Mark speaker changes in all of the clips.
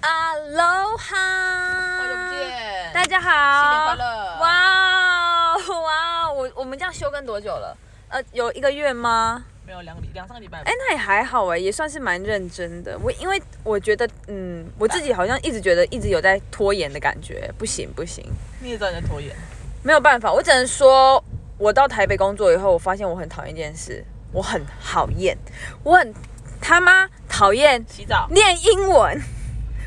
Speaker 1: 阿罗哈，
Speaker 2: 好久不见，
Speaker 1: 大家好，
Speaker 2: 新年快乐
Speaker 1: 哇哦哇哦，我我们这样休更多久了？呃，有一个月吗？
Speaker 2: 没有两个礼两三个礼拜吧
Speaker 1: 哎，，那也还好哎，也算是蛮认真的。我因为我觉得，嗯，我自己好像一直觉得一直有在拖延的感觉，不行不行，
Speaker 2: 你也知道你在拖延，
Speaker 1: 没有办法，我只能说，我到台北工作以后，我发现我很讨厌一件事，我很讨厌，我很他妈讨厌
Speaker 2: 洗澡。
Speaker 1: 念英文，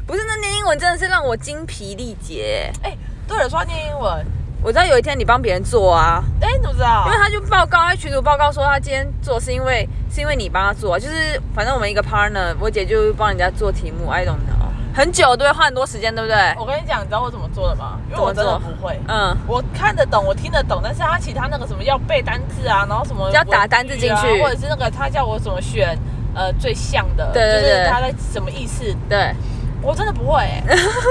Speaker 1: 不是那念英文真的是让我精疲力竭。
Speaker 2: 哎，对了，说到念英文，
Speaker 1: 我知道有一天你帮别人做啊，
Speaker 2: 哎，你怎么知道
Speaker 1: 因为？他就报告，他群主报告说他今天做是因为是因为你帮他做、啊，就是反正我们一个 partner，我姐就帮人家做题目，I don't know，很久对，花很多时间对不对？
Speaker 2: 我跟你讲，你知道我怎么做的吗？因为我真的不会。
Speaker 1: 嗯，
Speaker 2: 我看得懂，我听得懂，但是他其他那个什么要背单字啊，然后什么
Speaker 1: 要打单字进去
Speaker 2: 文具啊或者是那个他叫我怎么选，呃，最像的，
Speaker 1: 对对
Speaker 2: 就
Speaker 1: 对
Speaker 2: 是他在什么意思，
Speaker 1: 对，
Speaker 2: 我真的不会、 欸，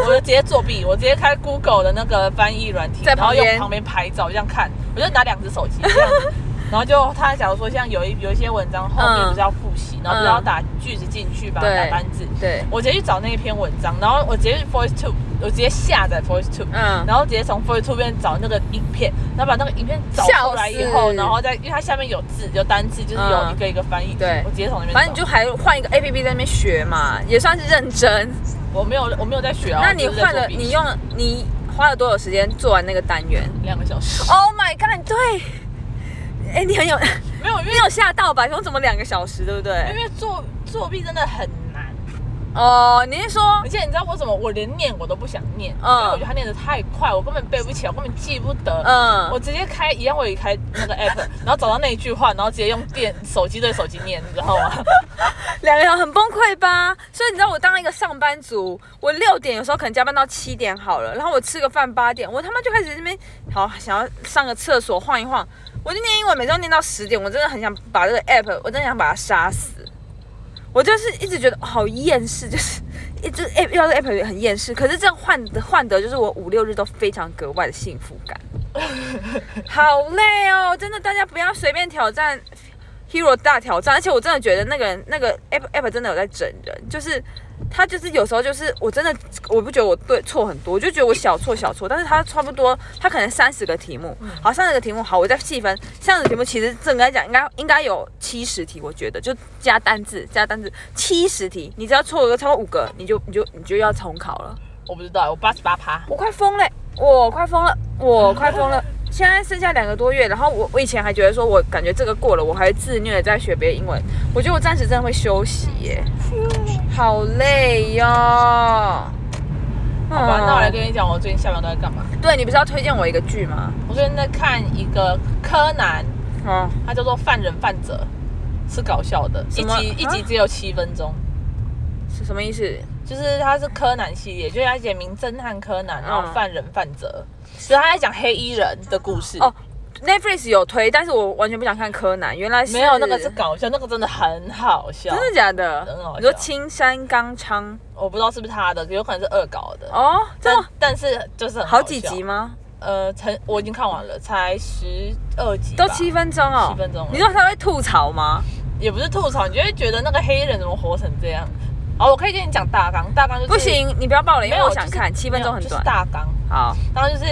Speaker 2: 我就直接作弊，我直接开 Google 的那个翻译软体，
Speaker 1: 在
Speaker 2: 然后
Speaker 1: 旁边
Speaker 2: 用旁边拍照，这样看，我就拿两只手机这样子。然后就他假如说像有一有一些文章后面
Speaker 1: 嗯
Speaker 2: 不是要复习，然后不是要打句子进去吧，
Speaker 1: 对
Speaker 2: 打单字。
Speaker 1: 对，
Speaker 2: 我直接去找那一篇文章，然后我直接去 Voice Two，我直接下载 Voice Two，
Speaker 1: 嗯，
Speaker 2: 然后直接从 Voice Two 边找那个影片，然后把那个影片找出来以
Speaker 1: 笑
Speaker 2: 后，
Speaker 1: 死
Speaker 2: 然后再因为它下面有字有单字，就是有
Speaker 1: 嗯
Speaker 2: 一个一个翻译，
Speaker 1: 对
Speaker 2: 我直接从那边找。
Speaker 1: 反正你就还换一个 A P P 在那边学嘛，也算是认真。
Speaker 2: 我没有我没有在学啊，
Speaker 1: 那
Speaker 2: 我
Speaker 1: 你
Speaker 2: 就是在
Speaker 1: 换了，
Speaker 2: 作弊
Speaker 1: 你用了你花了多少时间做完那个单元
Speaker 2: 两个小时。
Speaker 1: ？Oh my god！对，哎、你很有，
Speaker 2: 没有，因为
Speaker 1: 你有吓到吧？说怎么两个小时，对不对
Speaker 2: 因？为作作弊真的很难，
Speaker 1: 哦，你是说
Speaker 2: 而且你知道我怎么我连念我都不想念，
Speaker 1: 嗯
Speaker 2: 因为我觉得他念的太快，我根本背不起来，我根本记不得。
Speaker 1: 嗯
Speaker 2: 我直接开一样，我也开那个 app，然后找到那一句话，然后直接用电手机对手机念，你知道吗？
Speaker 1: 两个人很崩溃吧？所以你知道我当一个上班族，我六点有时候可能加班到七点好了，然后我吃个饭八点，我他妈就开始在那边好想要上个厕所晃一晃，我就念英文，每次都念到十点，我真的很想把这个 app，我真的想把它杀死。我就是一直觉得好厌世，就是一直 app 遇到这个 app 很厌世，可是这样换得换得就是我五六日都非常格外的幸福感。好累哦，真的，大家不要随便挑战 Hero 大挑战，而且我真的觉得那个人那个 app app 真的有在整人，就是他就是有时候就是我真的我不觉得我对错很多，我就觉得我小错小错，但是他差不多他可能三十个题目，好三十个题目好，我再细分，三十个题目其实正来讲应该应该有七十题，我觉得就加单字加单字七十题，你只要错个超过五个，你就你就你就要重考了，
Speaker 2: 我不知道，我八十八趴，
Speaker 1: 我快疯嘞，我快疯了，我快疯 了。现在剩下两个多月，然后我我以前还觉得说，我感觉这个过了，我还自虐地在学别的英文。我觉得我暂时真的会休息耶，好累哟、
Speaker 2: 好吧，
Speaker 1: 嗯
Speaker 2: 那我来跟你讲，我最近下班都在干嘛？
Speaker 1: 对你不是要推荐我一个剧吗？
Speaker 2: 我最近在看一个柯南，
Speaker 1: 哦，
Speaker 2: 它叫做《犯人犯者》，是搞笑的，
Speaker 1: 什
Speaker 2: 一
Speaker 1: 么
Speaker 2: 集一
Speaker 1: 啊
Speaker 2: 集只有七分钟。
Speaker 1: 是什么意思？
Speaker 2: 就是它是柯南系列，就是他写名侦探柯南，然后
Speaker 1: 嗯
Speaker 2: 犯人犯者，所以他在讲黑衣人的故事。
Speaker 1: 哦，Netflix 有推，但是我完全不想看柯南，原来是
Speaker 2: 没有那个是搞笑，那个真的很好 笑。
Speaker 1: 真的假的
Speaker 2: 很好笑？
Speaker 1: 你说青山刚昌
Speaker 2: 我不知道是不是他的，有可能是恶搞的。
Speaker 1: 哦，这
Speaker 2: 但
Speaker 1: 么
Speaker 2: 但是就是很
Speaker 1: 好
Speaker 2: 好
Speaker 1: 几
Speaker 2: 笑
Speaker 1: 集？吗？
Speaker 2: 呃，才我已经看完了，才十二集吧，
Speaker 1: 都七分钟哦，
Speaker 2: 七分钟了
Speaker 1: 你说他会吐槽吗？
Speaker 2: 也不是吐槽，你就会觉得那个黑衣人怎么活成这样。哦，我可以跟你讲大纲，大纲就是
Speaker 1: 不，行，你不要爆了，因
Speaker 2: 没
Speaker 1: 为
Speaker 2: 有
Speaker 1: 我想看，
Speaker 2: 就是
Speaker 1: 七分钟
Speaker 2: 没
Speaker 1: 很
Speaker 2: 有
Speaker 1: 短
Speaker 2: 就是。大纲。
Speaker 1: 好，
Speaker 2: 然后就是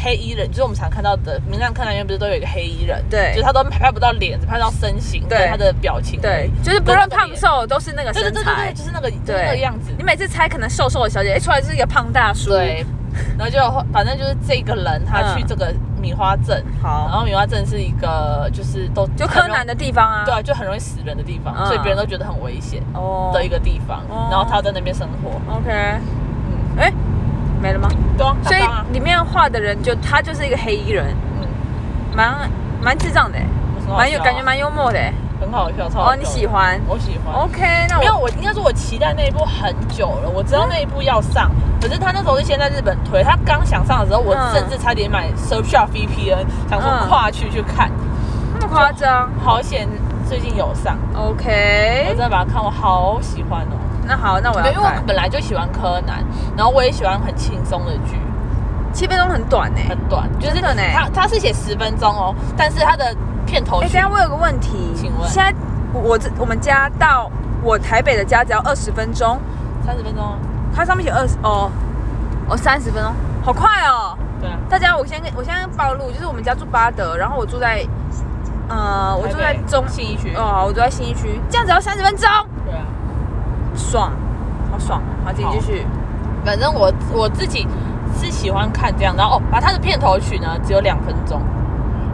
Speaker 2: 黑衣人，就是我们常看到的《名侦探柯南》里面不是都有一个黑衣人？
Speaker 1: 对
Speaker 2: 就是他都拍不到脸，只拍到身形，
Speaker 1: 对
Speaker 2: 跟他的表情，
Speaker 1: 对，就是不论胖，瘦都是那个
Speaker 2: 对对
Speaker 1: 身
Speaker 2: 对对对，
Speaker 1: 材，
Speaker 2: 就是那个就是
Speaker 1: 对
Speaker 2: 那个样子
Speaker 1: 你。每次猜可能瘦瘦的小姐，哎，出来是一个胖大叔。
Speaker 2: 对，，然后就反正就是这个人，他
Speaker 1: 嗯
Speaker 2: 去这个米花镇，然
Speaker 1: 好，
Speaker 2: 后米花镇是一个就是都
Speaker 1: 嗯就柯南的
Speaker 2: 的
Speaker 1: 地方啊。
Speaker 2: 对啊，就很容易死人的地方，
Speaker 1: 嗯
Speaker 2: 所以别人都觉得很危险
Speaker 1: 哦
Speaker 2: 的一个地方。
Speaker 1: 哦
Speaker 2: 然后他在那边生活，
Speaker 1: OK，
Speaker 2: 嗯，
Speaker 1: 哎，没了吗？
Speaker 2: 对啊，
Speaker 1: 所
Speaker 2: 大纲啊
Speaker 1: 以里面画的人就他就是一个黑衣人，
Speaker 2: 嗯，
Speaker 1: 蛮蛮智障的，哎
Speaker 2: 很好
Speaker 1: 蛮有
Speaker 2: 笑啊
Speaker 1: 感觉蛮幽默的。哎
Speaker 2: 很好笑，超好笑
Speaker 1: 哦，你喜？欢
Speaker 2: 我喜欢。
Speaker 1: ？OK，那
Speaker 2: 没有，
Speaker 1: 我嗯
Speaker 2: 我应该说我期待那一部很久了，我知道那一部要上，可是他那时候是先在日本推，他刚想上的时候，我
Speaker 1: 嗯
Speaker 2: 甚至差点买 Surfshark VPN，想说
Speaker 1: 嗯
Speaker 2: 跨区去看，
Speaker 1: 那么夸张。
Speaker 2: 好险最近有上，我
Speaker 1: OK，
Speaker 2: 真的把它看，我好喜欢哦。
Speaker 1: 那好，那我
Speaker 2: 没
Speaker 1: 要
Speaker 2: 有因为我
Speaker 1: 看。
Speaker 2: 本来就喜欢柯南，然后我也喜欢很轻松的剧，
Speaker 1: 七分钟很短哎。
Speaker 2: 很短，就是
Speaker 1: 真的呢
Speaker 2: 它它是写十分钟哦，但是它的片头
Speaker 1: 哎、
Speaker 2: 曲
Speaker 1: 等一下我有个问题，
Speaker 2: 请问
Speaker 1: 现在我我这我们家到我台北的家只要二十分钟，
Speaker 2: 三十分钟，哦
Speaker 1: 它上面写二十哦，哦三十分钟，好快哦！
Speaker 2: 对啊，
Speaker 1: 大家，我先跟我先暴露，就是我们家住巴德，然后我住在，呃，我住在
Speaker 2: 台北
Speaker 1: 中，
Speaker 2: 信义区，
Speaker 1: 哦，我住在信义区，这样只要三十分钟，
Speaker 2: 对啊。
Speaker 1: 爽，好爽，好，请继续。
Speaker 2: 反正我我自己是喜欢看这样，然后哦，把它的片头曲呢只有两分钟，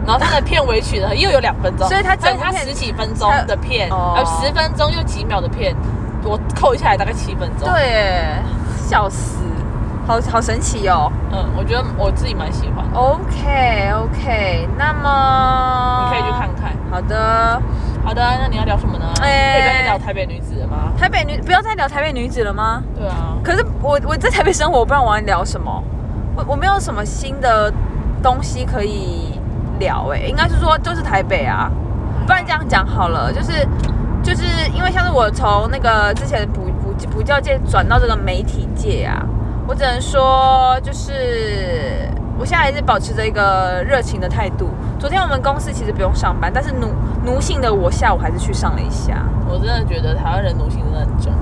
Speaker 2: 然后它的片尾曲呢 又有两分钟，
Speaker 1: 所以它整部
Speaker 2: 它
Speaker 1: 片
Speaker 2: 十几分钟的片，
Speaker 1: 它哦
Speaker 2: 呃十分钟又几秒的片，我扣下来大概七分钟。，
Speaker 1: 对耶，笑死，好好神奇哦。
Speaker 2: 嗯，我觉得我自己蛮喜欢的，
Speaker 1: OK OK，那么
Speaker 2: 你可以去看。看。
Speaker 1: 好的，
Speaker 2: 好的，那你要聊什么呢？
Speaker 1: 啊哎
Speaker 2: 可以不要再聊台北女子了吗？
Speaker 1: 台北女不要再聊台北女子了吗？
Speaker 2: 对啊，
Speaker 1: 可是我我在台北生活，我不知道我要聊什么，我我没有什么新的东西可以聊哎、应该是说就是台北啊，不然这样讲好了，就是就是因为像是我从那个之前的补补补教界转到这个媒体界啊，我只能说就是我现在还是保持着一个热情的态度。昨天我们公司其实不用上班，但是奴奴性的我下午还是去上了一下。
Speaker 2: 我真的觉得台湾人奴性真的很重。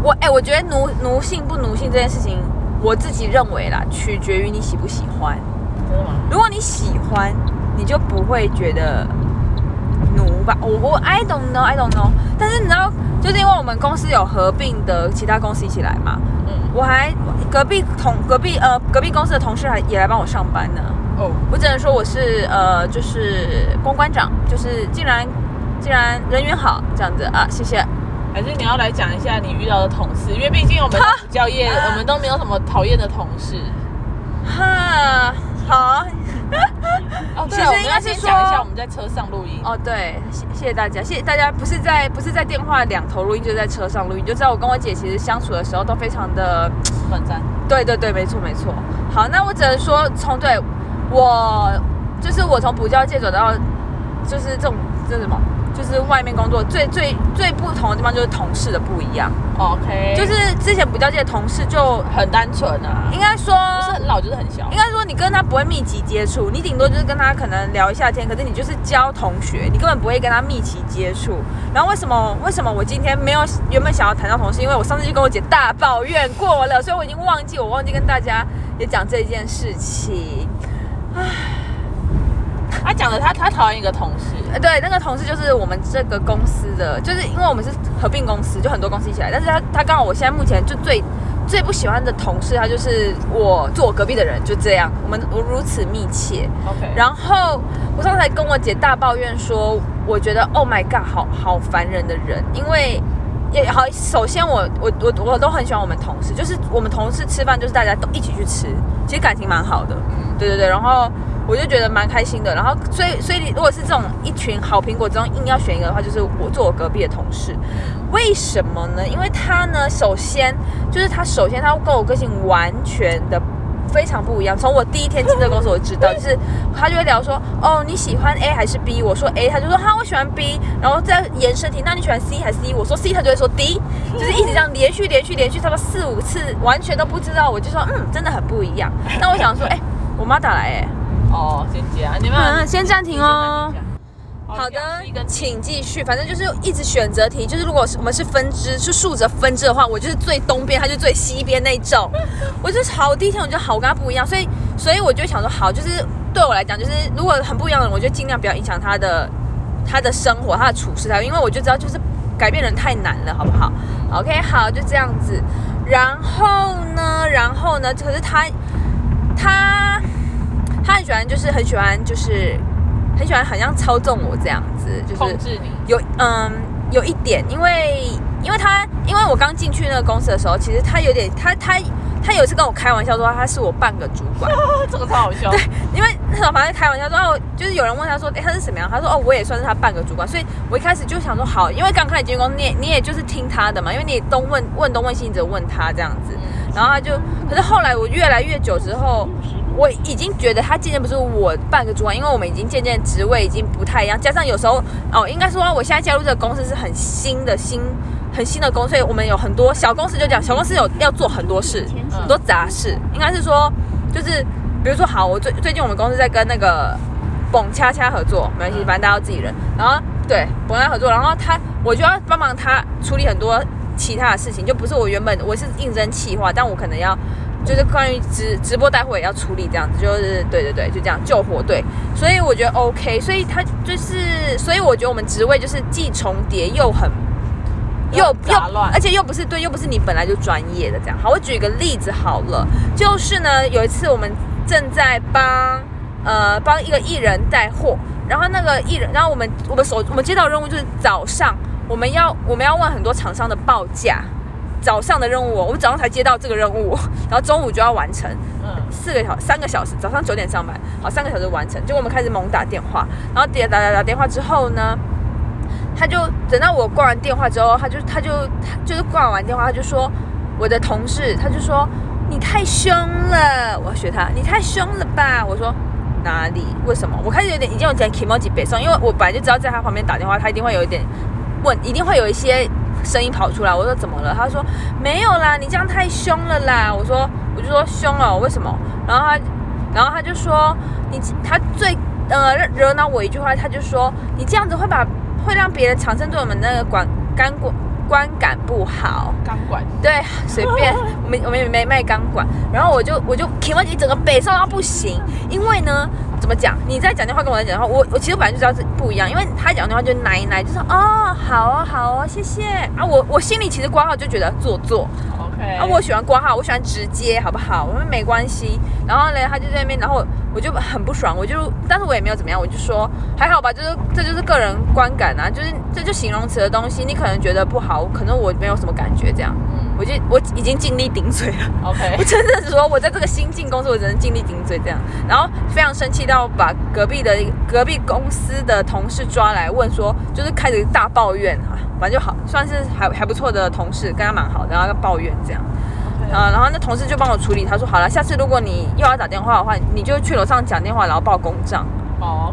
Speaker 1: 我哎、我觉得奴奴性不奴性这件事情，我自己认为啦，取决于你喜不喜欢。
Speaker 2: 真的吗？
Speaker 1: 如果你喜欢，你就不会觉得奴吧。我我 I don't know I don't know。但是你知道，就是因为我们公司有合并的其他公司一起来嘛，
Speaker 2: 嗯，
Speaker 1: 我还隔壁同隔壁呃隔壁公司的同事还也来帮我上班呢。
Speaker 2: 哦，
Speaker 1: 我只能说我是呃就是公关长，就是竟然竟然人缘好这样子啊，谢谢。
Speaker 2: 还是你要来讲一下你遇到的同事，因为毕竟我们是教业，我们都没有什么讨厌的同事。
Speaker 1: 哈，好。
Speaker 2: 哦，对
Speaker 1: 其
Speaker 2: 啊，
Speaker 1: 实
Speaker 2: 我们
Speaker 1: 应该
Speaker 2: 要
Speaker 1: 是
Speaker 2: 先
Speaker 1: 说
Speaker 2: 讲一下我们在车上录音。
Speaker 1: 哦，对，谢谢谢大家，谢谢大家，不是在不是在电话两头录音，就是在车上录音，就知道我跟我姐其实相处的时候都非常的，
Speaker 2: 短暂。
Speaker 1: 对对对，没错没错。好，那我只能说从对我就是我从补教界走到就是这种这是什么，就是外面工作最最最不同的地方就是同事的不一样，
Speaker 2: OK，
Speaker 1: 就是之前补教界的同事就
Speaker 2: 很单纯啊，
Speaker 1: 应该说
Speaker 2: 不是很老就是很小
Speaker 1: 应。该说你跟他不会密集接触，你顶多就是跟他可能聊一下天，可是你就是交同学，你根本不会跟他密集接触。然后为什么为什么我今天没有原本想要谈到同事，因为我上次就跟我姐大抱怨过了，所以我已经忘记我忘记跟大家也讲这件事情。
Speaker 2: 他讲的他他讨厌一个同事，
Speaker 1: 呃对，那个同事就是我们这个公司的，就是因为我们是合并公司，就很多公司一起来，但是他他刚好我现在目前就最最不喜欢的同事，他就是我坐我隔壁的人，就这样，我们我如此密切。
Speaker 2: OK，
Speaker 1: 然后我上次还跟我姐大抱怨说，我觉得 Oh my God，好好烦人的人，因为也好，首先我我我我都很喜欢我们同事，就是我们同事吃饭就是大家都一起去吃，其实感情蛮好的，
Speaker 2: 嗯
Speaker 1: 对对对，然后我就觉得蛮开心的，然后所以所以如果是这种一群好苹果中硬要选一个的话，就是我坐我隔壁的同事，为什么呢？因为他呢，首先就是他首先他跟我个性完全的非常不一样。从我第一天进这个公司，我就知道，就是他就会聊说，哦，你喜欢 A 还是 B？我说 A，他就说哈，我喜欢 B，然后再延伸题，那你喜欢 C 还是 D？我说 C，他就会说 D，就是一直这样连续连续连续，差不多四五次，完全都不知道。我就说，嗯，真的很不一样。那我想说，哎、我妈打来、
Speaker 2: 哦，先接啊，你们
Speaker 1: 哎，嗯，先暂停哦。好
Speaker 2: 这样
Speaker 1: 的
Speaker 2: 是一个，
Speaker 1: 请继续。反正就是一直选择题，就是如果是我们是分支，是竖着分支的话，我就是最东边，他就最西边那一 种。我就是好第一天，我就好我跟他不一样，所以所以我就想说，好，就是对我来讲，就是如果很不一样的人，我就尽量不要影响他的他的生活、他的处事态度，因为我就知道就是改变人太难了，好不好？OK，好，就这样子。然后呢，然后呢，可是他他他很喜欢，就是很喜欢，就是很喜欢，好像操纵我这样子，就
Speaker 2: 控
Speaker 1: 是
Speaker 2: 制你，
Speaker 1: 有嗯有一点，因为因为他因为我刚进去那个公司的时候，其实他有点他他他有一次跟我开玩笑说他是我半个主管，
Speaker 2: 这个超好笑。
Speaker 1: 因为那时候反正开玩笑说，哦，就是有人问他说，哎，他是什么样？他说，哦，我也算是他半个主管。所以我一开始就想说，好，因为刚开始进公司，你也你也就是听他的嘛，因为你也东问问东问西，你只问他这样子。
Speaker 2: 嗯
Speaker 1: 然后他就，可是后来我越来越久之后，我已经觉得他渐渐不是我半个主管，因为我们已经渐渐职位已经不太一样，加上有时候哦，应该说我现在加入这个公司是很新的新很新的公司，所以我们有很多小公司就讲小公司有要做很多事，很多杂事，应该是说就是比如说好，我最最近我们公司在跟那个蹦恰恰合作，没关系，
Speaker 2: 嗯
Speaker 1: 反正大家都自己人，然后对蹦恰恰合作，然后他我就要帮忙他处理很多。其他的事情，就不是我原本我是应征企划，但我可能要就是关于直直播待会也要处理这样子，就是对对对，就这样救火队，所以我觉得 OK，所以他就是，所以我觉得我们职位就是既重叠又很。又
Speaker 2: 又
Speaker 1: 又
Speaker 2: 杂乱
Speaker 1: 而且又不是对，又不是你本来就专业的这样。好，我举一个例子好了，就是呢，有一次我们正在帮呃帮一个艺人带货，然后那个艺人，然后我们我们手我们接到任务就是早上我们要我们要问很多厂商的报价，早上的任务哦我们早上才接到这个任务，然后中午就要完成，
Speaker 2: 嗯，
Speaker 1: 四个小三个小时，早上九点上班，好，三个小时完成。结果我们开始猛打电话，然后打打打打电话之后呢，他就等到我挂完电话之后，他就他就他就是挂完电话，他就说我的同事，他就说你太凶了，我要学他，你太凶了吧？我说哪里？为什么？我开始有点已经有点 k i m o j i 北宋，因为我本来就知道在他旁边打电话，他一定会有一点问，一定会有一些声音跑出来。我说怎么了？他说没有啦，你这样太凶了啦。我说我就说凶了，为什么？然后他，然后他就说你他最呃惹惹恼我一句话，他就说你这样子会把会让别人产生对我们那个管干管观感不好。
Speaker 2: 钢管，
Speaker 1: 对，随便，我们我们也没卖钢管，然后我就我就停了一整个北上到不行，因为呢，怎么讲？你在讲电话跟我在讲电话，我我其实本来就知道是不一样，因为他讲电话就奶一奶，就说哦，好哦，好哦，谢谢啊，我我心里其实挂号就觉得做作，
Speaker 2: OK，
Speaker 1: 啊，我喜欢挂号，我喜欢直接，好不好？我们没关系。然后呢，他就在那边，然后我就很不爽，我就，但是我也没有怎么样，我就说还好吧，就是这就是个人观感啊，就是这就形容词的东西，你可能觉得不好，可能我没有什么感觉这样。
Speaker 2: 嗯
Speaker 1: 我就我已经尽力顶嘴了，
Speaker 2: ，OK，
Speaker 1: 我真的是说，我在这个新进公司，我只能尽力顶嘴这样。然后非常生气到把隔壁的隔壁公司的同事抓来问说，就是开始大抱怨啊，反正就好，算是还还不错的同事，跟他蛮好的，然后抱怨这样。啊，然后那同事就帮我处理，他说好了，下次如果你又要打电话的话，你就去楼上讲电话，然后报公账。
Speaker 2: 哦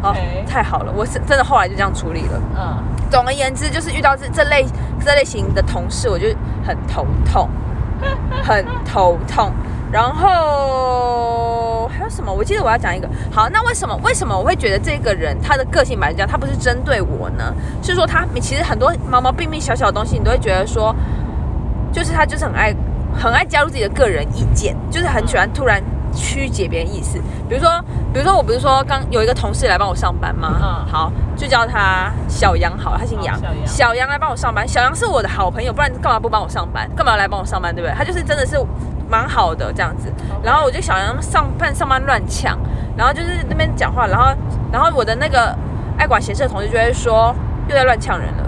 Speaker 1: 哦
Speaker 2: ，OK，
Speaker 1: 太好了，我是真的后来就这样处理了。
Speaker 2: 嗯，
Speaker 1: 总而言之，就是遇到这这类这类型的同事，我就很头痛，很头痛。然后还有什么？我记得我要讲一个。好，那为什么为什么我会觉得这个人他的个性本来就这样，他不是针对我呢？是说他其实很多毛毛病病小小的东西，你都会觉得说，就是他就是很爱很爱加入自己的个人意见，就是很喜欢突然曲解别人意思。比如说，比如说我不是说刚有一个同事来帮我上班吗？
Speaker 2: 嗯
Speaker 1: 好，就叫他小杨好了，他姓
Speaker 2: 好
Speaker 1: 杨。
Speaker 2: 小杨
Speaker 1: 小杨来帮我上班，小杨是我的好朋友，不然干嘛不帮我上班？干嘛来帮我上班，对不对？他就是真的是蛮好的这样子。然后我就小杨上班上班乱抢，然后就是那边讲话，然后然后我的那个爱管闲事的同事就会说又在乱呛人了。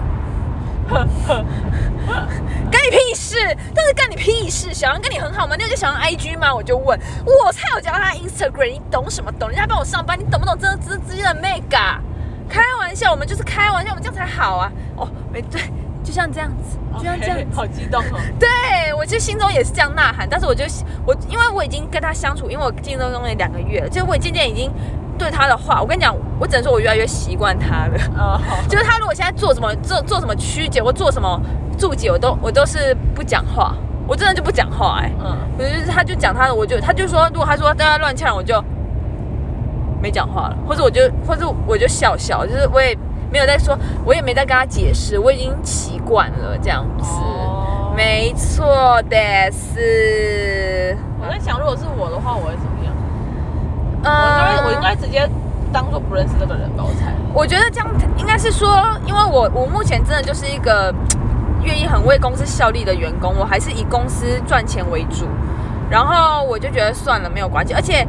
Speaker 1: 干你屁事！但是干你屁事！小杨跟你很好吗？你有跟小杨 IG 吗？我就问，我才有加他 Instagram，你懂什么懂？人家帮我上班，你懂不懂这这之间的 make 啊？开玩笑，我们就是开玩笑，我们这样才好啊！哦，没对，就像这样子，就像这样子
Speaker 2: OK，好激动 哦，
Speaker 1: 对我其实心中也是这样呐喊，但是我就我因为我已经跟他相处，因为我进入中也两个月了，就是我渐渐已经对他的话，我跟你讲，我只能说我越来越习惯他了。
Speaker 2: 嗯，好
Speaker 1: 就是他如果现在做什么做做什么曲解或做什么注解，我都我都是不讲话，我真的就不讲话哎、
Speaker 2: 嗯，
Speaker 1: 我就是他就讲他的，我就他就说，如果他说大家乱呛，我就没讲话了，或者我就或者我就笑笑，就是我也没有在说，我也没在跟他解释，我已经习惯了这样子。
Speaker 2: 哦
Speaker 1: 没错的是，
Speaker 2: 我在想，如果是我的话，我会怎么样？
Speaker 1: 呃
Speaker 2: 我应该，我应该直接当做不认识这个人吧，我猜。
Speaker 1: 我觉得这样应该是说，因为我我目前真的就是一个愿意很为公司效力的员工，我还是以公司赚钱为主。然后我就觉得算了，没有关系。而且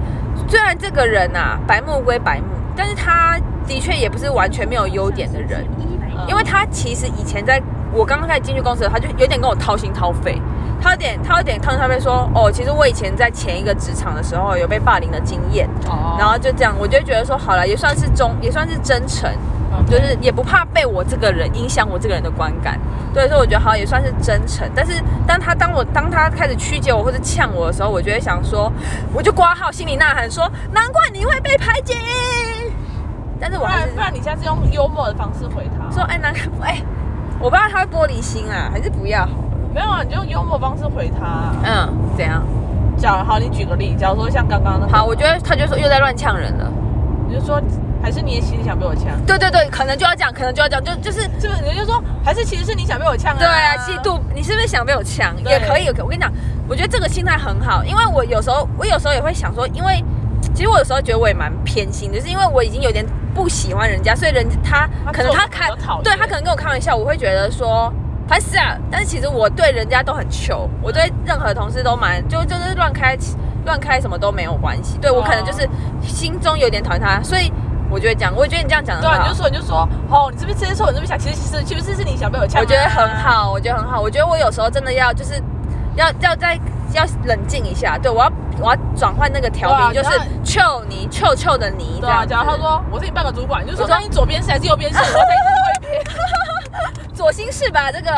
Speaker 1: 虽然这个人啊，白目归白目，但是他的确也不是完全没有优点的人，
Speaker 2: 嗯
Speaker 1: 因为他其实以前在我刚刚开始进去公司的时候，他就有点跟我掏心掏肺，他有点他有点掏心掏肺说，哦，其实我以前在前一个职场的时候有被霸凌的经验，
Speaker 2: 哦
Speaker 1: 然后就这样，我就觉得说好了，也算是忠，也算是真诚，
Speaker 2: 后
Speaker 1: 就是也不怕被我这个人影响我这个人的观感。对，所以我觉得好像也算是真诚。但是当他当我当他开始曲解我或者呛我的时候，我就会想说，我就挂号，心里呐喊说，难怪你会被排挤。但是
Speaker 2: 不
Speaker 1: 我还
Speaker 2: 然
Speaker 1: 是
Speaker 2: 不然你下次用幽默的方式回他。
Speaker 1: 说，哎，难怪，哎，我不知道他会玻璃心啊，还是不要好。
Speaker 2: 没有啊，你就用幽默方式回他。
Speaker 1: 嗯，怎样？
Speaker 2: 假如好，你举个例，假如说像刚刚那个，
Speaker 1: 好，我觉得他就说又在乱呛人了。
Speaker 2: 你就说还是你也其实想被我呛？
Speaker 1: 对对对，可能就要讲，可能就要讲，就就是
Speaker 2: 是不是？你就说，还是其实是你想被我呛啊？
Speaker 1: 对啊，嫉妒，你是不是想被我抢？
Speaker 2: 对
Speaker 1: 也可以，我跟你讲，我觉得这个心态很好，因为我有时候，我有时候也会想说，因为其实我有时候觉得我也蛮偏心的，就是因为我已经有点不喜欢人家，所以人他
Speaker 2: 他
Speaker 1: 可能他
Speaker 2: 做什么
Speaker 1: 开
Speaker 2: 都讨，厌
Speaker 1: 对他可能跟我开玩笑，我会觉得说。烦死啊！但是其实我对人家都很求，我对任何同事都蛮就就是乱开乱开什么都没有关系。对我可能
Speaker 2: 哦
Speaker 1: 就是心中有点讨厌他，所以我就会讲，我也觉得你这样讲的
Speaker 2: 对啊，你就说你就说，哦，你这边接受，你这边想，其实其实其实是你想被我呛啊、
Speaker 1: 我觉得很好，我觉得很好。我觉得我有时候真的要就是要要再要冷静一下，对我要我要转换那个调频，
Speaker 2: 对
Speaker 1: 就
Speaker 2: 啊
Speaker 1: 是臭泥臭臭的泥这
Speaker 2: 对啊，
Speaker 1: 样子。
Speaker 2: 假如他说我是你半个主管，你就说
Speaker 1: 我说
Speaker 2: 那你左边是还是右边是？我才是右边。
Speaker 1: 左心室吧，这个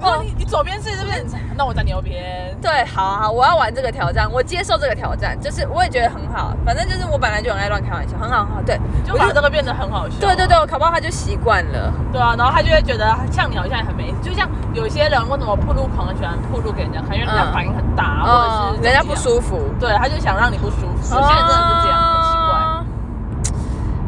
Speaker 2: 哦
Speaker 1: 哦，
Speaker 2: 你你左边是这边，那我站你右边。
Speaker 1: 对，好啊好，我要玩这个挑战，我接受这个挑战，就是我也觉得很好。反正就是我本来就很爱乱开玩笑，很好很好。对，
Speaker 2: 就
Speaker 1: 我
Speaker 2: 把
Speaker 1: 就
Speaker 2: 这个变得很好笑。
Speaker 1: 对对对，搞不好他就习惯了。
Speaker 2: 对啊，然后他就会觉得呛你好像也很没意思，就像有些人为什么铺路狂很喜欢铺路给人家看，因为人家
Speaker 1: 嗯
Speaker 2: 反应很大，啊或者是
Speaker 1: 哦人家不
Speaker 2: 服，
Speaker 1: 舒服。
Speaker 2: 对，他就想让你不舒服。有些人真的是这样，很奇怪。
Speaker 1: 哦。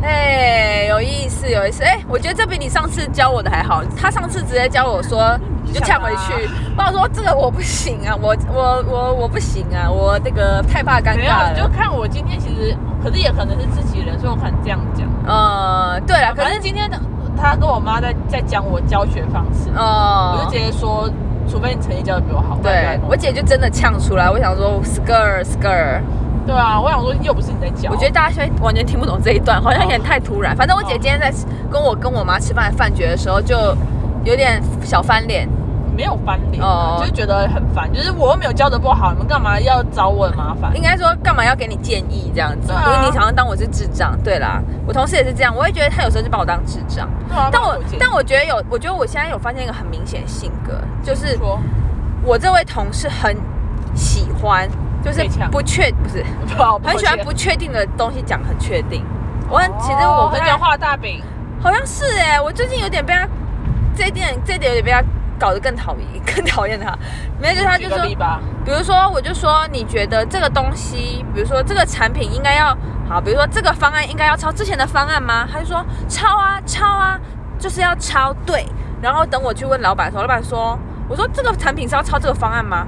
Speaker 1: 哎，有意思，有意思。哎，我觉得这比你上次教我的还好。他上次直接教我说，你就呛
Speaker 2: 呛他啊
Speaker 1: 回去。我想说这个我不行啊，我我我我不行啊，我那个太怕尴
Speaker 2: 没有，
Speaker 1: 尬
Speaker 2: 你就
Speaker 1: 了。
Speaker 2: 看我今天其实，可是也可能是自己人，所以我可能这样讲。
Speaker 1: 呃，对了，可
Speaker 2: 反
Speaker 1: 是
Speaker 2: 正今天他跟我妈在在讲我教学方式，我
Speaker 1: 哦
Speaker 2: 就直，接说，除非你成绩教的比我好，不
Speaker 1: 对
Speaker 2: 然不要跟
Speaker 1: 我姐就真的呛出来。我想说 skr skr，
Speaker 2: 我对啊，我想说又不是你在教，
Speaker 1: 我觉得大家现在完全听不懂这一段，好像有点太突然。反正我姐
Speaker 2: 哦
Speaker 1: 今天在跟我跟我妈吃饭饭局的时候，就有点小翻脸。
Speaker 2: 没有翻脸
Speaker 1: 哦
Speaker 2: 啊，就是觉得很烦，就是我又没有教的不好，你们干嘛要找我的麻烦？
Speaker 1: 应该说干嘛要给你建议这样子？
Speaker 2: 对
Speaker 1: 因
Speaker 2: 啊
Speaker 1: 为你常常当我是智障，对啦，我同事也是这样，我也觉得他有时候就把我当智障。
Speaker 2: 对啊
Speaker 1: 但我
Speaker 2: 不然
Speaker 1: 但我觉得有，我觉得我现在有发现一个很明显的性格，就是
Speaker 2: 说
Speaker 1: 我这位同事很喜欢，就是
Speaker 2: 被呛
Speaker 1: 不确不是
Speaker 2: 好
Speaker 1: 很喜欢不确定的东西讲很确定。我很其实我不
Speaker 2: 很
Speaker 1: 太
Speaker 2: 讲画大饼，
Speaker 1: 好像是哎、我最近有点被他这一点这一点有点被他搞得更讨厌，更讨厌他。没有，就是他就
Speaker 2: 举
Speaker 1: 说
Speaker 2: 个例吧，
Speaker 1: 比如说，我就说你觉得这个东西，比如说这个产品应该要好，比如说这个方案应该要抄之前的方案吗？他就说抄啊抄啊，就是要抄对。然后等我去问老板的时候，老板说，我说这个产品是要抄这个方案吗？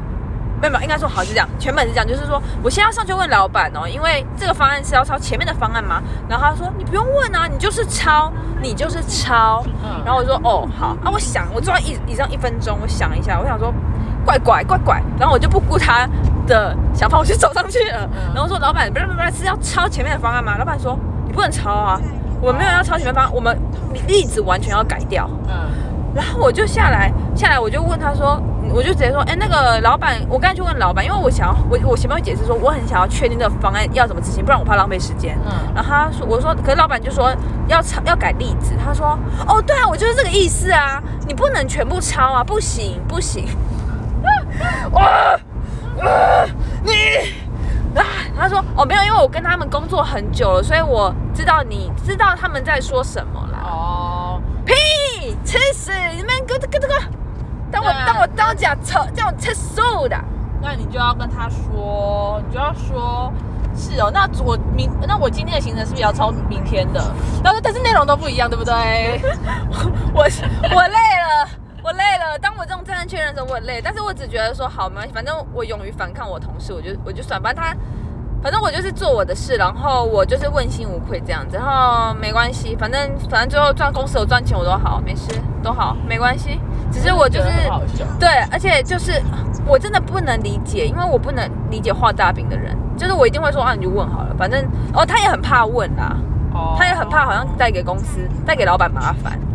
Speaker 1: 没有没有，应该说好是这样，全本是这样，就是说我先要上去问老板哦，因为这个方案是要抄前面的方案吗？然后他说你不用问啊，你就是抄，你就是抄。
Speaker 2: 嗯，
Speaker 1: 然后我说哦好啊，我想我坐在椅椅上一分钟，我想一下，我想说怪怪怪怪，然后我就不顾他的想法，我就走上去了。
Speaker 2: 嗯
Speaker 1: 然后说老板，不是不是不是是要抄前面的方案吗？老板说你不能抄啊，我没有要抄前面方案，我们例子完全要改掉。
Speaker 2: 嗯，
Speaker 1: 然后我就下来，下来我就问他说，我就直接说，哎，那个老板，我刚才去问老板，因为我想要，我我前面会解释说，我很想要确定这个方案要怎么执行，不然我怕浪费时间。
Speaker 2: 嗯，
Speaker 1: 然后他说，我说，可是老板就说要抄要改例子，他说，哦，对啊，我就是这个意思啊，你不能全部抄啊，不行不行，哇、哇你啊，他说，哦，没有，因为我跟他们工作很久了，所以我知道你知道他们在说什么啦。
Speaker 2: 哦，
Speaker 1: 屁，吃屎！你们给我给这个，当我
Speaker 2: 对啊
Speaker 1: 当我当讲吃，叫我吃素的。
Speaker 2: 那你就要跟他说，你就要说。是哦，那我明那我今天的行程是不是也要超明天的？然后但是内容都不一样，对不 对？
Speaker 1: 我 我累了，我累了。当我这种战战确认的时候，我很累。但是我只觉得说，好，没关系，反正我勇于反抗我同事，我就我就算，反正他，反正我就是做我的事，然后我就是问心无愧这样子，然后没关系，反正反正最后赚公司有赚钱我都好，没事都好，没关系。只是我就是
Speaker 2: 觉得很好笑，
Speaker 1: 对，而且就是我真的不能理解，因为我不能理解画大饼的人，就是我一定会说啊，你就问好了，反正哦，他也很怕问啦，
Speaker 2: 哦
Speaker 1: 他也很怕好像带给公司、带给老板麻烦。
Speaker 2: 哦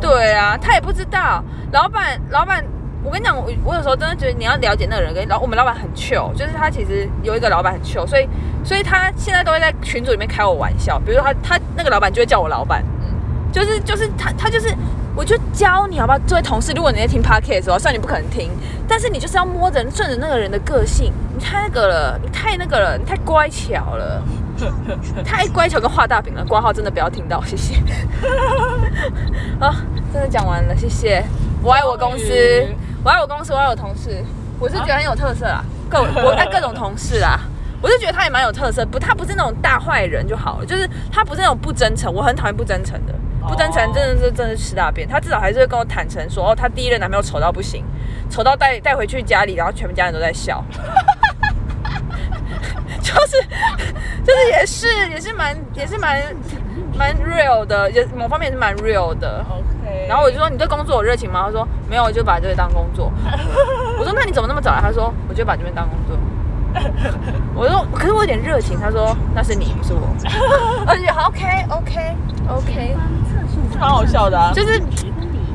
Speaker 1: 对啊，他也不知道，老板，老板，我跟你讲，我我有时候真的觉得你要了解那个人，跟老我们老板很 chill，就是他其实有一个老板很 chill，所以所以他现在都会在群组里面开我玩笑，比如说他他那个老板就会叫我老板，
Speaker 2: 嗯
Speaker 1: 就是就是他他就是。我就教你好不好？作为同事，如果你在听 podcast 哦，虽然你不可能听，但是你就是要摸着顺着那个人的个性。你太那个了，你太那个了，你太乖巧了，太乖巧跟画大饼了。挂号真的不要听到，谢谢。 啊，真的讲完了，谢谢。我爱我公司
Speaker 2: 终于，
Speaker 1: 我爱我公司，我爱我同事。我是觉得很有特色啦，各我爱各种同事啦。我就觉得他也蛮有特色，不，他不是那种大坏人就好了，就是他不是那种不真诚，我很讨厌不真诚的，不真诚
Speaker 2: 哦
Speaker 1: 真的是真的是吃大便。他至少还是会跟我坦诚说，哦，他第一任男朋友丑到不行，丑到带带回去家里，然后全部家人都在笑， 就是就是也是也是蛮也是蛮蛮 real 的，也某方面也是蛮 real 的。
Speaker 2: OK，
Speaker 1: 然后我就说你对工作有热情吗？他说没有，我就把这个当工作。我说那你怎么那么早来？他说我就把这边当工作。我说可是我有点热情。他说那是你，不是我。而且 OK OK OK，
Speaker 2: 蛮好笑的啊
Speaker 1: 就是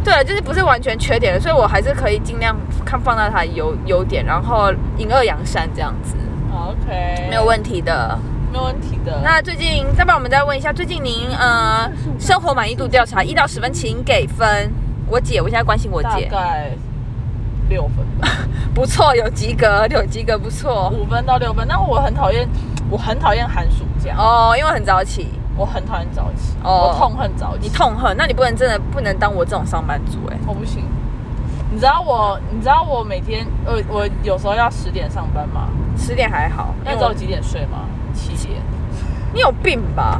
Speaker 1: 对，就是不是完全缺点的，所以我还是可以尽量看放大它的优优点，然后引恶扬善这样子，
Speaker 2: 哦 OK，
Speaker 1: 没有问题的。
Speaker 2: 没有问题的。
Speaker 1: 那最近，再帮我们再问一下，最近您呃生活满意度调查一到十分，请给分。我姐，我现在关心我
Speaker 2: 大
Speaker 1: 姐。
Speaker 2: 概六分吧，
Speaker 1: 不错，有及格，有及格，不错
Speaker 2: 五分到六分。但我很讨厌，我很讨厌寒暑假，
Speaker 1: 哦。因为很早起，
Speaker 2: 我很讨厌早起，
Speaker 1: 哦
Speaker 2: 我痛恨早起。
Speaker 1: 你痛恨，那你不能真的不能当我这种上班族哎、
Speaker 2: 我不行。你知道我，你知道我每天，我我有时候要十点上班吗？
Speaker 1: 十点还好，
Speaker 2: 那
Speaker 1: 因为
Speaker 2: 你知道
Speaker 1: 我
Speaker 2: 我几点睡吗？七 点。
Speaker 1: 你有病吧？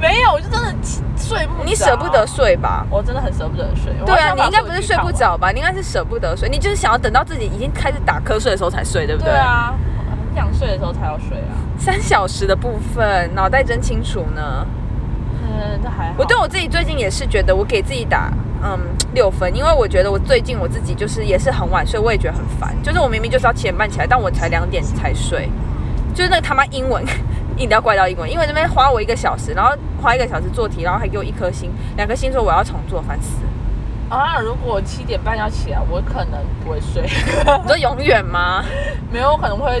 Speaker 2: 没有，我就真的起睡不着。
Speaker 1: 你舍不得，睡吧？
Speaker 2: 我真的很舍不得睡。我
Speaker 1: 对
Speaker 2: 还
Speaker 1: 啊，
Speaker 2: 想
Speaker 1: 你
Speaker 2: 把
Speaker 1: 应该
Speaker 2: 所有
Speaker 1: 不是
Speaker 2: 剧
Speaker 1: 睡
Speaker 2: 看
Speaker 1: 不
Speaker 2: 完。
Speaker 1: 着吧？你应该是舍不得睡，你就是想要等到自己已经开始打瞌睡的时候才睡，对不
Speaker 2: 对
Speaker 1: 对？，
Speaker 2: 啊，我很想睡的时候才要睡啊。
Speaker 1: 三小时的部分，脑袋真清楚呢。
Speaker 2: 嗯，那还好。
Speaker 1: 我对我自己最近也是觉得，我给自己打嗯六分，因为我觉得我最近我自己就是也是很晚睡，我也觉得很烦。就是我明明就是要七点半起来，但我才两点才睡，就是那个他妈英文。 一定要怪到英文，英文这边花我一个小时，然后花一个小时做题，然后还给我一颗星、两颗星，说我要重做，烦死！
Speaker 2: 啊，如果我七点半要起来，我可能不 会睡。
Speaker 1: 你说永远吗？
Speaker 2: 没有，我可能会，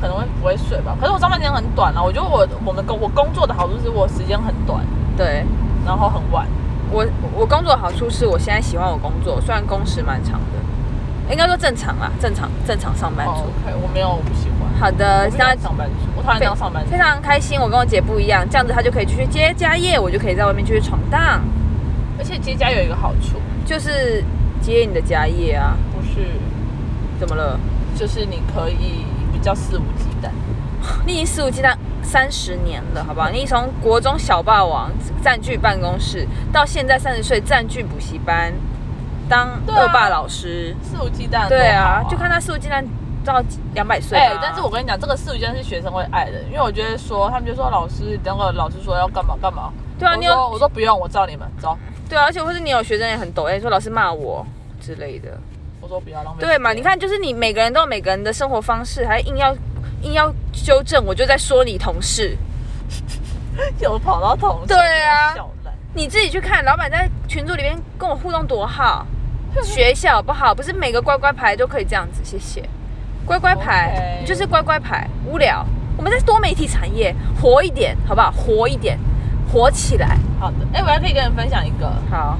Speaker 2: 可能会不会睡吧。可是我上班时间很短啊，我觉得我我们工我工作的好处是我时间很短，
Speaker 1: 对
Speaker 2: 然后很晚。
Speaker 1: 我，我工作的好处是我现在喜欢我工作，虽然工时蛮长的，应该说正常啦，正常正常上班族。
Speaker 2: 哦 OK，我没有，我不喜欢。
Speaker 1: 好的，
Speaker 2: 我不喜
Speaker 1: 那
Speaker 2: 欢上班族，我讨厌当上班族
Speaker 1: 非。常开心，我跟我姐不一样，这样子她就可以去接家业，我就可以在外面继续闯荡，
Speaker 2: 而且接家有一个好处，
Speaker 1: 就是接你的家业啊。
Speaker 2: 不是，
Speaker 1: 怎么了？
Speaker 2: 就是你可以比较肆无忌惮。
Speaker 1: 你已经肆无忌惮三十年了，好不好？你从国中小霸王占据办公室，到现在三十岁占据补习班，当
Speaker 2: 对啊
Speaker 1: 恶霸老师，
Speaker 2: 肆无忌惮多好、
Speaker 1: 对啊，就看他肆无忌惮到两百岁吧。
Speaker 2: 哎、但是我跟你讲，这个肆无忌惮是学生会爱的，因为我觉得说，他们就说老师，等会老师说要干嘛干嘛。
Speaker 1: 对啊
Speaker 2: 我
Speaker 1: 你有
Speaker 2: 说我说不用，我照你们走。
Speaker 1: 对啊，而且或是你有学生也很抖哎 A，说老师骂我之类的。
Speaker 2: 我说不要浪费。
Speaker 1: 对嘛？你，看，就是你每个人都有每个人的生活方式，还硬要硬要纠正，我就在说你同事，
Speaker 2: 有跑到同事
Speaker 1: 对啊
Speaker 2: 笑烂
Speaker 1: 你自己去看，老板在群组里面跟我互动多 好，学校好不好？不是每个乖乖牌都可以这样子，谢谢。乖乖牌
Speaker 2: OK
Speaker 1: 你就是乖乖牌，无聊。我们在多媒体产业活一点，好不好？活一点，活起来。
Speaker 2: 好的，哎、我还可以跟你分享一个，
Speaker 1: 好，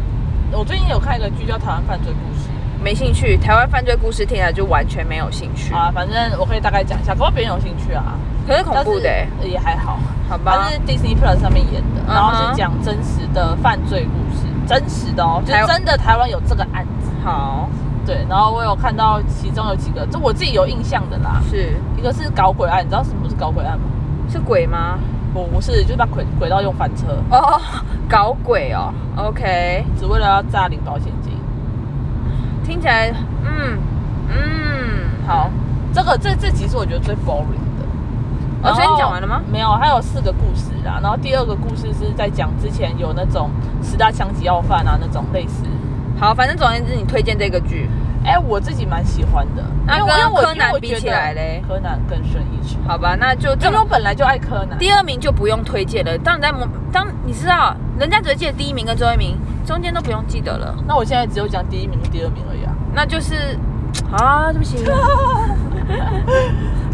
Speaker 2: 我最近有看一个剧叫《台湾犯罪故事
Speaker 1: 没兴趣。台湾犯罪故事听起来就完全没有兴趣》，
Speaker 2: 啊，反正我可以大概讲一下，可能别人有兴趣啊，
Speaker 1: 可是恐怖的、
Speaker 2: 但
Speaker 1: 欸，
Speaker 2: 是也还好，
Speaker 1: 好吧
Speaker 2: 它？是 Disney Plus 上面演的，然后
Speaker 1: 嗯哼
Speaker 2: 是讲真实的犯罪故事，真实的哦，就
Speaker 1: 台
Speaker 2: 是真的台湾有这个案子，
Speaker 1: 好，
Speaker 2: 对，然后我有看到其中有几个，这我自己有印象的啦，
Speaker 1: 是
Speaker 2: 一个是搞鬼案，你知道什么是搞鬼案吗？
Speaker 1: 是鬼吗？
Speaker 2: 我不是，就是把轨轨道用翻车，
Speaker 1: 哦， 搞鬼哦，OK，
Speaker 2: 只为了要诈领保险金。
Speaker 1: 听起来，嗯嗯，好，
Speaker 2: 这个这这集是我觉得最 boring 的。
Speaker 1: 哦，
Speaker 2: 然后
Speaker 1: 所以你讲完了吗？
Speaker 2: 没有，还有四个故事啦。然后第二个故事是在讲之前有那种十大枪击要犯啊那种类似。
Speaker 1: 好，反正总而言之，你推荐这个剧，
Speaker 2: 哎，我自己蛮喜欢的。
Speaker 1: 那
Speaker 2: 因为
Speaker 1: 跟
Speaker 2: 因为我
Speaker 1: 柯南
Speaker 2: 因为我
Speaker 1: 比
Speaker 2: 觉得
Speaker 1: 起来嘞
Speaker 2: 柯南更胜一筹。
Speaker 1: 好吧？那就这
Speaker 2: 因为我
Speaker 1: 么，
Speaker 2: 本来就爱柯南。
Speaker 1: 第二名就不用推荐了。当你在模，当你知道，人家只会记得第一名跟最后一名，中间都不用记得了。
Speaker 2: 那我现在只有讲第一名、第二名而已啊。
Speaker 1: 那就是，啊，对不 起，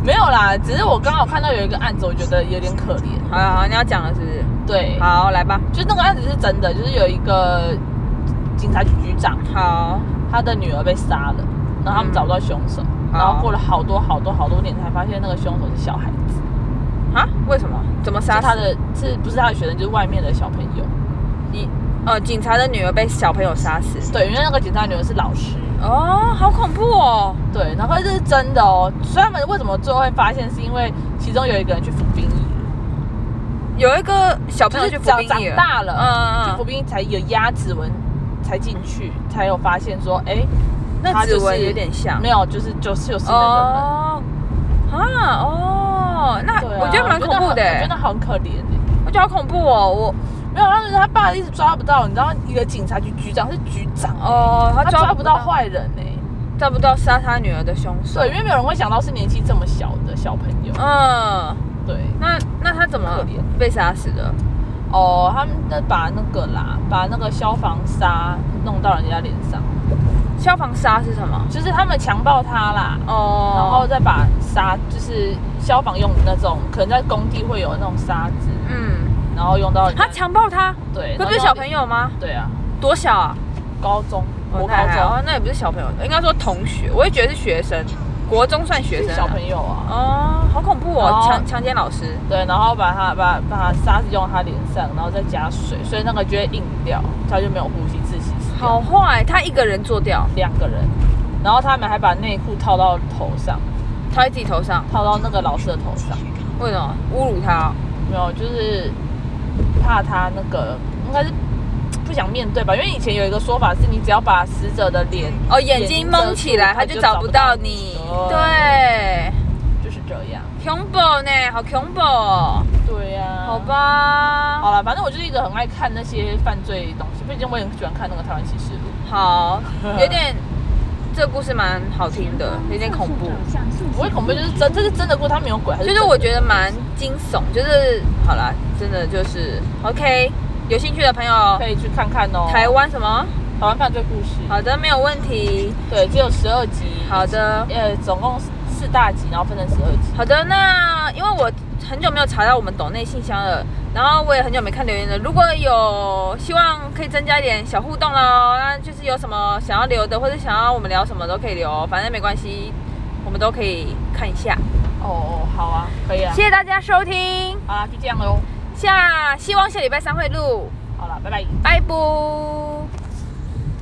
Speaker 2: 没有啦，只是我刚好看到有一个案子，我觉得有点可怜。
Speaker 1: 好好好，你要讲了是不是？
Speaker 2: 对，
Speaker 1: 好，来吧，
Speaker 2: 就那个案子是真的，就是有一个警察局局 长，
Speaker 1: 好，
Speaker 2: 他的女儿被杀了，然后他们找不到凶手，
Speaker 1: 嗯
Speaker 2: 然
Speaker 1: 好
Speaker 2: 后过了好多好多好多年才发现那个凶手是小孩子，
Speaker 1: 啊，为什么？怎么杀
Speaker 2: 是他
Speaker 1: 死？
Speaker 2: 的是不是他的学生，就是外面的小朋友。一
Speaker 1: 呃，警察的女儿被小朋友杀死。
Speaker 2: 对，因为那个警察女儿是老师，
Speaker 1: 哦，好恐怖哦！
Speaker 2: 对，然后这是真的哦。所以他们为什么最后会发现，是因为其中有一个人去服兵役，
Speaker 1: 有一个小朋友哦去服
Speaker 2: 长
Speaker 1: 兵
Speaker 2: 长
Speaker 1: 役了，
Speaker 2: 大了，
Speaker 1: 嗯
Speaker 2: 去
Speaker 1: 嗯
Speaker 2: 服兵役才有压指纹，才进去，才有发现说，哎、
Speaker 1: 嗯，那
Speaker 2: 他
Speaker 1: 指
Speaker 2: 就是
Speaker 1: 纹有点像
Speaker 2: 没。有，就是就是就是那个人。
Speaker 1: 哦，啊哦，那
Speaker 2: 对啊
Speaker 1: 我觉得蛮恐怖的
Speaker 2: 我觉
Speaker 1: 欸
Speaker 2: 得，很可怜欸
Speaker 1: 我觉得好恐怖哦，我
Speaker 2: 没有，当时他爸一直抓不到，你知道一个警察局局长是局长，
Speaker 1: 哦，
Speaker 2: 他抓
Speaker 1: 不
Speaker 2: 不到，坏人呢、
Speaker 1: 抓不到杀他女儿的凶手
Speaker 2: 对，。因为没有人会想到是年纪这么小的小朋友。
Speaker 1: 嗯，
Speaker 2: 对，
Speaker 1: 那那他怎
Speaker 2: 可
Speaker 1: 么
Speaker 2: 怜
Speaker 1: 被杀死的？
Speaker 2: 哦，他们在把那个啦，把那个消防沙弄到人家脸上，
Speaker 1: 消防杀是什么？
Speaker 2: 就是他们强暴他啦，
Speaker 1: 哦，
Speaker 2: 然后再把沙，就是消防用的那种，可能在工地会有那种沙子，
Speaker 1: 嗯，
Speaker 2: 然后用到人家
Speaker 1: 他强暴他，
Speaker 2: 对，
Speaker 1: 可不是小朋
Speaker 2: 友，
Speaker 1: 友吗？
Speaker 2: 对啊，
Speaker 1: 多小啊？
Speaker 2: 高中，
Speaker 1: 那
Speaker 2: 国高
Speaker 1: 还好
Speaker 2: 中
Speaker 1: 那也不是小朋友，应该说同学，我也觉得是学生，国中算学生
Speaker 2: 是
Speaker 1: 啊
Speaker 2: 小朋友啊，
Speaker 1: 哦，好恐怖
Speaker 2: 然
Speaker 1: 哦，
Speaker 2: 后
Speaker 1: 强强奸老师。
Speaker 2: 对，然后把它把把沙子用到他脸上，然后再加水，所以那个就会硬掉，他就没有呼吸窒息死掉。
Speaker 1: 好坏，他一个人做掉，
Speaker 2: 两个人，然后他们还把内裤套到头上，
Speaker 1: 他在自己头上，
Speaker 2: 套到那个老师的头上，
Speaker 1: 为什么侮辱他、哦？
Speaker 2: 没有，就是怕他那个应该是不想面对吧，因为以前有一个说法是你只要把死者的脸
Speaker 1: 哦，眼睛蒙起来，他
Speaker 2: 眼
Speaker 1: 就
Speaker 2: 睛
Speaker 1: 找
Speaker 2: 遮
Speaker 1: 不
Speaker 2: 住
Speaker 1: 到你。对，
Speaker 2: 对，就是这样。
Speaker 1: 恐怖呢，好恐怖、哦。
Speaker 2: 对呀、
Speaker 1: 好。吧，
Speaker 2: 好了，反正我就是一个很爱看那些犯罪东西，毕竟我也很喜欢看那个《台湾启示录》。
Speaker 1: 好，有点，这故事蛮好听的，有点恐怖，
Speaker 2: 不会恐怖，就是真，这是真的故事，它没有鬼，它
Speaker 1: 就是
Speaker 2: 真的
Speaker 1: 我觉得蛮惊悚，就是好啦，真的就是 OK，有兴趣的朋友，
Speaker 2: 可以去看看哦。
Speaker 1: 台湾什么？
Speaker 2: 台湾犯罪故事，
Speaker 1: 好的，没有问题。
Speaker 2: 对，只有十二集。
Speaker 1: 好的，
Speaker 2: 呃，总共四大集，然后分成十二集。
Speaker 1: 好的，那因为我很久没有查到我们抖内信箱了，然后我也很久没看留言了。如果有希望可以增加一点小互动喽，那就是有什么想要留的，或者想要我们聊什么都可以留哦，反正没关系，我们都可以看一下。
Speaker 2: 哦，好啊，可以啊。
Speaker 1: 谢谢大家收听，
Speaker 2: 好啦，就这样喽。
Speaker 1: 下希望下礼拜三会录，
Speaker 2: 好了，拜拜。
Speaker 1: 拜拜。